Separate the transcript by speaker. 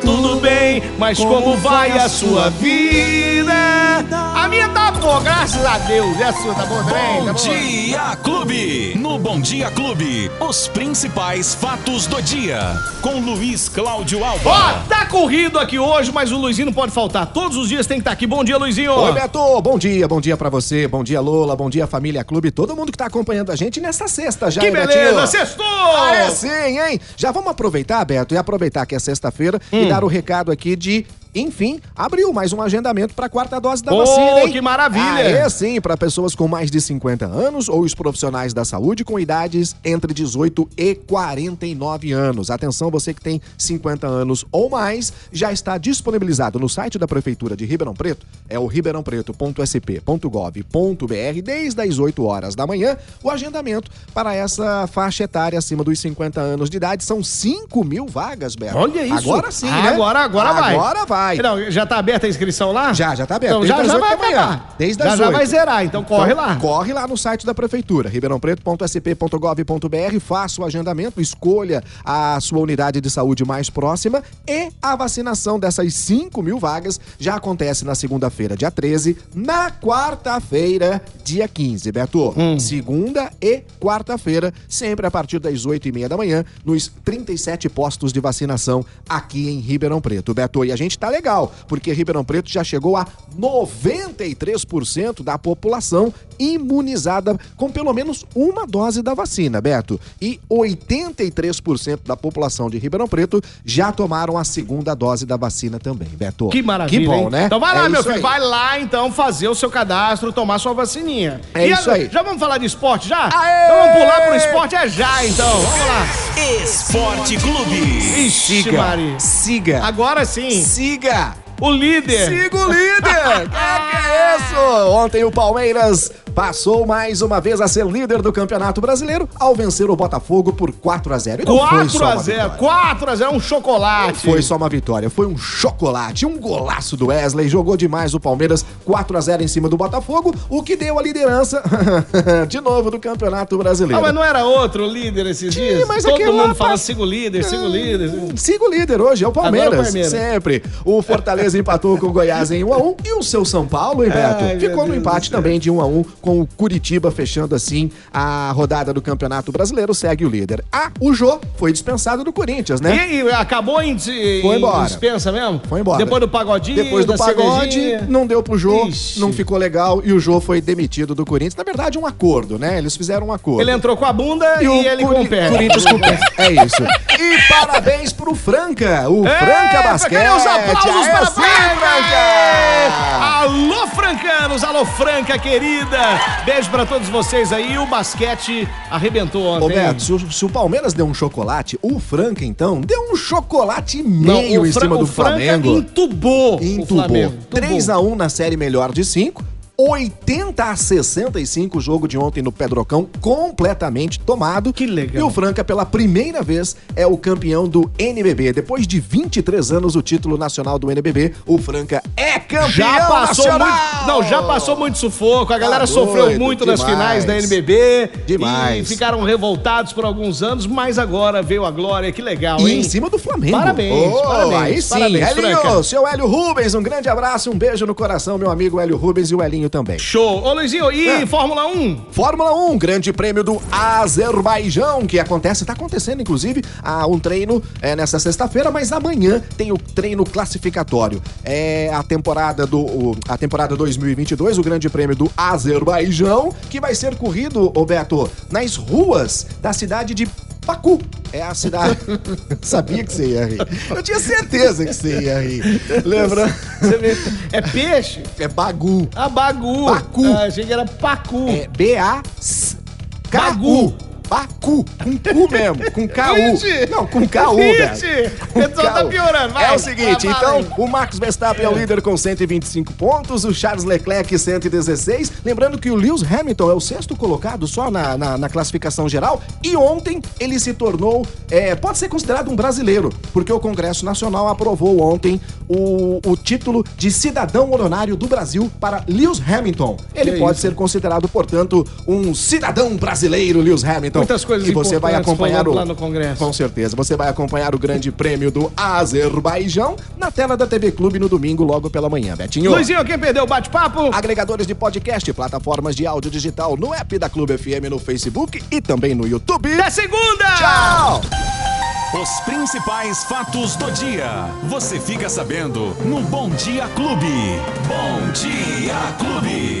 Speaker 1: tudo bem, mas como, vai a sua vida? A minha tá boa, graças a Deus. E a sua, tá bom também?
Speaker 2: Bom
Speaker 1: Tá boa?
Speaker 2: Dia Clube! No Bom Dia Clube, os principais fatos do dia. Com Luiz Cláudio Alba.
Speaker 1: Ó, tá corrido aqui hoje, mas o Luizinho não pode faltar. Todos os dias tem que estar aqui. Bom dia, Luizinho.
Speaker 3: Oi, Beto! Bom dia, bom dia pra você, bom dia, Lola, bom dia, Família Clube, todo mundo que tá acompanhando a gente nessa sexta já,
Speaker 1: que
Speaker 3: hein,
Speaker 1: beleza,
Speaker 3: Betinho?
Speaker 1: sextou!
Speaker 3: Ah, é sim, hein? Já vamos aproveitar, Beto, e aproveitar que é sexta-feira
Speaker 1: Hum.
Speaker 3: e dar o recado aqui de. Enfim, abriu mais um agendamento para a quarta dose da
Speaker 1: Oh,
Speaker 3: vacina, hein?
Speaker 1: que maravilha!
Speaker 3: Ah, é sim, para pessoas com mais de 50 anos ou os profissionais da saúde com idades entre 18 e 49 anos. Atenção, você que tem 50 anos ou mais, já está disponibilizado no site da Prefeitura de Ribeirão Preto, é o ribeirãopreto.sp.gov.br, desde as 8 horas da manhã, o agendamento para essa faixa etária acima dos 50 anos de idade. São 5 mil vagas, Beto.
Speaker 1: Olha isso.
Speaker 3: Agora sim,
Speaker 1: Ah,
Speaker 3: né?
Speaker 1: Agora, agora vai.
Speaker 3: Agora vai.
Speaker 1: Não, já tá aberta a inscrição lá?
Speaker 3: Já, já tá aberto.
Speaker 1: Então,
Speaker 3: Desde
Speaker 1: já,
Speaker 3: as
Speaker 1: já
Speaker 3: oito
Speaker 1: vai
Speaker 3: da manhã.
Speaker 1: acabar.
Speaker 3: Desde
Speaker 1: já,
Speaker 3: as
Speaker 1: já vai
Speaker 3: oito.
Speaker 1: zerar, então corre lá.
Speaker 3: Corre lá no site da prefeitura, ribeirãopreto.sp.gov.br, faça o agendamento, escolha a sua unidade de saúde mais próxima e a vacinação dessas 5 mil vagas já acontece na segunda-feira, dia 13, na quarta-feira, dia 15, Beto. Segunda e quarta-feira, sempre a partir das 8 e meia da manhã, nos 37 postos de vacinação aqui em Ribeirão Preto. Beto, e a gente tá legal, porque Ribeirão Preto já chegou a 93% da população imunizada com pelo menos uma dose da vacina, Beto. E 83% da população de Ribeirão Preto já tomaram a segunda dose da vacina também, Beto.
Speaker 1: Que maravilha.
Speaker 3: Que bom,
Speaker 1: hein?
Speaker 3: né?
Speaker 1: Então vai lá,
Speaker 3: É
Speaker 1: meu
Speaker 3: isso
Speaker 1: filho.
Speaker 3: aí.
Speaker 1: Vai lá então fazer o seu cadastro, tomar sua vacininha.
Speaker 3: É
Speaker 1: E
Speaker 3: isso aí.
Speaker 1: Já vamos falar de esporte já?
Speaker 3: Aê!
Speaker 1: Então vamos pular pro esporte é já então. Vamos lá.
Speaker 2: Esporte Clube.
Speaker 1: Ixi, Mari.
Speaker 3: Siga.
Speaker 1: Agora sim,
Speaker 3: Siga.
Speaker 1: o líder.
Speaker 3: Siga o líder! Ah, que é isso? Ontem o Palmeiras passou mais uma vez a ser líder do Campeonato Brasileiro ao vencer o Botafogo por 4 a 0 E não foi só uma
Speaker 1: 4x0,
Speaker 3: vitória.
Speaker 1: 4x0, um chocolate.
Speaker 3: Foi só uma vitória, foi um chocolate, um golaço do Wesley, jogou demais o Palmeiras, 4 a 0 em cima do Botafogo, o que deu a liderança de novo do Campeonato Brasileiro.
Speaker 1: Ah, mas não era outro líder esses
Speaker 3: Sim,
Speaker 1: dias?
Speaker 3: mas
Speaker 1: Todo
Speaker 3: aquele
Speaker 1: mundo
Speaker 3: lá tá né?
Speaker 1: fala,
Speaker 3: passa-
Speaker 1: siga o líder, siga o líder.
Speaker 3: Siga o líder hoje, é o Palmeiras.
Speaker 1: Agora é o Palmeiras.
Speaker 3: Sempre. O Fortaleza empatou com o Goiás em 1x1. E o seu São Paulo, hein, Beto?
Speaker 1: Ai, meu
Speaker 3: Ficou no
Speaker 1: Deus do
Speaker 3: empate
Speaker 1: céu.
Speaker 3: também de 1x1 com o Curitiba, fechando assim a rodada do Campeonato Brasileiro. Segue o líder. Ah, o Jô foi dispensado do Corinthians, né?
Speaker 1: E, e acabou em, em
Speaker 3: Foi embora.
Speaker 1: dispensa mesmo?
Speaker 3: Foi embora.
Speaker 1: Depois do pagodinho,
Speaker 3: Depois do
Speaker 1: da
Speaker 3: pagode,
Speaker 1: cervejinha.
Speaker 3: não deu pro Jô,
Speaker 1: Ixi.
Speaker 3: não ficou legal e o Jô foi demitido do Corinthians. Na verdade, um acordo, né? Eles fizeram um acordo.
Speaker 1: Ele entrou com a bunda e, ele
Speaker 3: Cori-
Speaker 1: com o pé.
Speaker 3: Corinthians com o pé. É isso. E parabéns pro Franca, o Franca Basquete.
Speaker 1: Cadê os aplausos
Speaker 3: Aê,
Speaker 1: para
Speaker 3: sim,
Speaker 1: Franca? Alô, francanos! Alô, Franca, querida! Beijo pra todos vocês aí. O basquete arrebentou ontem.
Speaker 3: Ô, Beto, se o, se o Palmeiras deu um chocolate, o Franca, então, deu um chocolate e
Speaker 1: Não,
Speaker 3: meio
Speaker 1: o
Speaker 3: em
Speaker 1: Fran-
Speaker 3: cima
Speaker 1: o
Speaker 3: do
Speaker 1: Franca
Speaker 3: Flamengo.
Speaker 1: entubou, o
Speaker 3: Entubou.
Speaker 1: Flamengo. Entubou.
Speaker 3: 3x1 na série melhor de 5. 80 a 65 o jogo de ontem no Pedrocão completamente tomado.
Speaker 1: Que legal.
Speaker 3: E o Franca pela primeira vez é o campeão do NBB. Depois de 23 anos o título nacional do NBB, o Franca é campeão
Speaker 1: Já passou
Speaker 3: nacional. Tá
Speaker 1: muito, não, já passou muito sufoco. A galera
Speaker 3: doido,
Speaker 1: sofreu muito nas
Speaker 3: demais.
Speaker 1: finais da NBB
Speaker 3: Demais.
Speaker 1: e ficaram revoltados por alguns anos, mas agora veio a glória. Que legal,
Speaker 3: E
Speaker 1: hein?
Speaker 3: em cima do Flamengo.
Speaker 1: Parabéns,
Speaker 3: Oh,
Speaker 1: parabéns,
Speaker 3: Aí sim,
Speaker 1: parabéns,
Speaker 3: Elinho,
Speaker 1: Franca.
Speaker 3: seu Hélio Rubens, um grande abraço, um beijo no coração, meu amigo Hélio Rubens e o Elinho também.
Speaker 1: Show. Ô, Luizinho, e
Speaker 3: É.
Speaker 1: Fórmula 1?
Speaker 3: Fórmula 1, grande prêmio do Azerbaijão, que acontece, tá acontecendo inclusive há um treino é, nessa sexta-feira, mas amanhã tem o treino classificatório. É a temporada do o- a temporada 2022, o grande prêmio do Azerbaijão, que vai ser corrido, ô Beto, nas ruas da cidade de Baku. É a cidade. Sabia que você ia rir. Eu tinha certeza que você ia rir. Lembra?
Speaker 1: Você vê, é peixe?
Speaker 3: É Bagu.
Speaker 1: Ah, bagu.
Speaker 3: Pacu.
Speaker 1: Ah, achei que era pacu.
Speaker 3: É B-A-K-U.
Speaker 1: Bagu.
Speaker 3: Bacu. Com cu mesmo. Com K-U. Não, com K-U,
Speaker 1: Gente,
Speaker 3: velho.
Speaker 1: o pessoal tá
Speaker 3: K.U..
Speaker 1: piorando, vai. Tá
Speaker 3: É o seguinte,
Speaker 1: Vai, vai.
Speaker 3: então, o Max Verstappen é o líder com 125 pontos, o Charles Leclerc 116. Lembrando que o Lewis Hamilton é o sexto colocado só na, na, na classificação geral. E ontem ele se tornou, é, pode ser considerado um brasileiro, porque o Congresso Nacional aprovou ontem o, o título de cidadão honorário do Brasil para Lewis Hamilton. Ele
Speaker 1: Que
Speaker 3: pode
Speaker 1: isso.
Speaker 3: ser considerado, portanto, um cidadão brasileiro, Lewis Hamilton. Então,
Speaker 1: Muitas coisas
Speaker 3: E você vai
Speaker 1: importantes
Speaker 3: acompanhar
Speaker 1: rolando
Speaker 3: o.
Speaker 1: lá no Congresso.
Speaker 3: Com certeza. Você vai acompanhar o Grande Prêmio do Azerbaijão na tela da TV Clube no domingo, logo pela manhã. Betinho.
Speaker 1: Luizinho, quem perdeu o bate-papo?
Speaker 3: Agregadores de podcast, plataformas de áudio digital no app da Clube FM no Facebook e também no YouTube.
Speaker 1: Até segunda!
Speaker 3: Tchau!
Speaker 2: Os principais fatos do dia. Você fica sabendo no Bom Dia Clube. Bom Dia Clube.